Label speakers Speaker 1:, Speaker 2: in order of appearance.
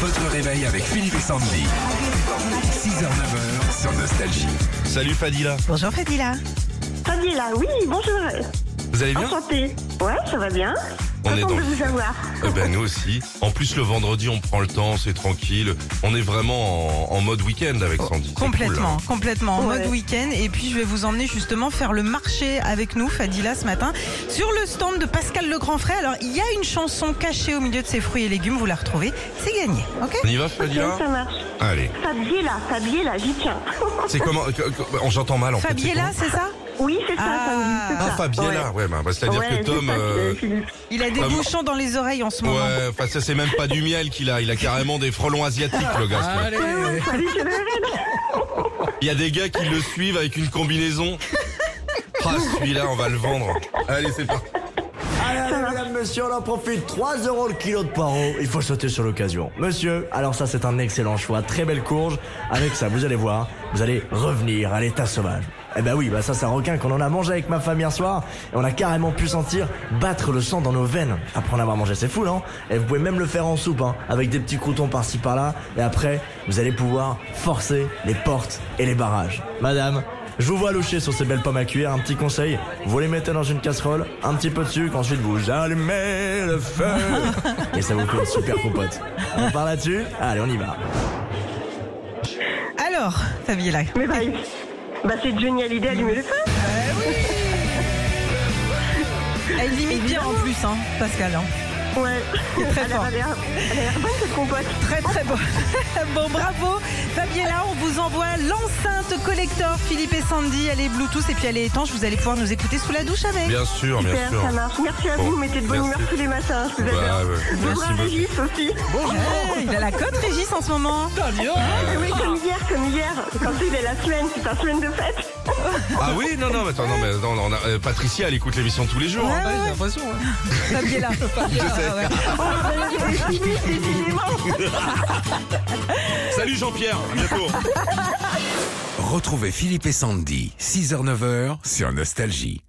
Speaker 1: Votre réveil avec Philippe et Sandy. 6h-9h sur Nostalgie.
Speaker 2: Salut Fadila.
Speaker 3: Bonjour Fadila.
Speaker 4: Fabiola, oui, bonjour.
Speaker 2: Vous allez bien
Speaker 4: Enchantée. Ouais, ça va bien.
Speaker 2: On est
Speaker 4: Contente
Speaker 2: dans
Speaker 4: de
Speaker 2: le
Speaker 4: vous
Speaker 2: fun.
Speaker 4: avoir.
Speaker 2: Eh ben nous aussi. En plus le vendredi on prend le temps, c'est tranquille. On est vraiment en, en mode week-end avec Sandy. C'est cool,
Speaker 3: Complètement,
Speaker 2: hein.
Speaker 3: complètement. En
Speaker 4: Ouais.
Speaker 3: mode week-end. Et puis je vais vous emmener justement faire le marché avec nous, Fadila, ce matin, sur le stand de Pascal le Grand Frère. Alors il y a une chanson cachée au milieu de ses fruits et légumes, vous la retrouvez, c'est gagné, ok
Speaker 2: On y va
Speaker 4: Ok,
Speaker 2: Fadila
Speaker 4: ça marche.
Speaker 2: Allez.
Speaker 4: Fabiola, Fabiola, j'y tiens.
Speaker 2: C'est comment que- que- on- J'entends mal en fait. c'est
Speaker 3: Fabiella, c'est ça
Speaker 4: Oui, c'est ça,
Speaker 3: Ah.
Speaker 4: Sandy, c'est
Speaker 2: comment
Speaker 4: ça.
Speaker 2: Ah Fabiella, ouais, bah, bah,
Speaker 4: Ouais.
Speaker 2: c'est-à-dire
Speaker 4: Ouais,
Speaker 2: que
Speaker 4: c'est
Speaker 2: Tom...
Speaker 4: ça,
Speaker 2: euh,
Speaker 4: Philippe.
Speaker 3: Il a des
Speaker 2: Vraiment.
Speaker 3: bouchons dans les oreilles en ce moment.
Speaker 2: Ouais, enfin ça c'est même pas du miel qu'il a, il a carrément des frelons asiatiques le gars. quoi.
Speaker 4: Salut, Philippe.
Speaker 2: Il y a des gars qui le suivent avec une combinaison. Ah celui-là on va le vendre. Allez c'est parti.
Speaker 5: Allez, allez, mesdames, messieurs, on en profite. 3 euros le kilo de poireaux. Il faut sauter sur l'occasion. Monsieur, alors ça, c'est un excellent choix. Très belle courge. Avec ça, vous allez voir, vous allez revenir à l'état sauvage. Eh ben oui, bah ça, c'est un requin qu'on en a mangé avec ma femme hier soir. Et on a carrément pu sentir battre le sang dans nos veines. Après en avoir mangé, c'est fou, non Et vous pouvez même le faire en soupe, hein. Avec des petits croutons par-ci par-là. Et après, vous allez pouvoir forcer les portes et les barrages. Madame, je vous vois loucher sur ces belles pommes à cuire, un petit conseil, vous les mettez dans une casserole, un petit peu de sucre, ensuite vous allumez le feu et ça vous fait une super compote. On part là-dessus Allez, on y va.
Speaker 3: Alors, Fabiella,
Speaker 4: Mais bah, il- bah, c'est Johnny Hallyday, allumer le feu.
Speaker 3: elle limite bien en plus, hein, Pascal. hein.
Speaker 4: Ouais.
Speaker 3: très
Speaker 4: Elle
Speaker 3: fort.
Speaker 4: a- elle a elle a l'air bonne, cette compote.
Speaker 3: Très très bon. bon bravo. Fabiella, on vous envoie l'enceinte collector Philippe et Sandy. Elle est Bluetooth et puis elle est étanche. Vous allez pouvoir nous écouter sous la douche avec.
Speaker 2: Bien sûr, bien
Speaker 4: Super,
Speaker 2: sûr.
Speaker 4: ça marche. Merci à
Speaker 2: Bon,
Speaker 4: vous, mettez de bonne
Speaker 2: merci.
Speaker 4: humeur tous les matins. Je vous
Speaker 2: Bah,
Speaker 4: adore.
Speaker 2: ouais.
Speaker 4: Bonjour
Speaker 2: Merci
Speaker 4: à
Speaker 2: beaucoup.
Speaker 4: Régis aussi.
Speaker 3: Ouais, il a la cote Régis en ce moment.
Speaker 4: Ah Oui, comme hier, comme hier. Quand il est la semaine, c'est la semaine de fête.
Speaker 2: Ah oui, non, non, mais attends, non, mais attends, non, non, euh, Patricia, elle écoute l'émission tous les jours. hein.
Speaker 3: Ah Ouais, ouais, ouais. Fabiella. Ah, ouais.
Speaker 4: C'est fini, c'est fini, vraiment.
Speaker 2: Salut Jean-Pierre, à bientôt.
Speaker 1: Retrouvez Philippe et Sandy, 6h-9h sur Nostalgie.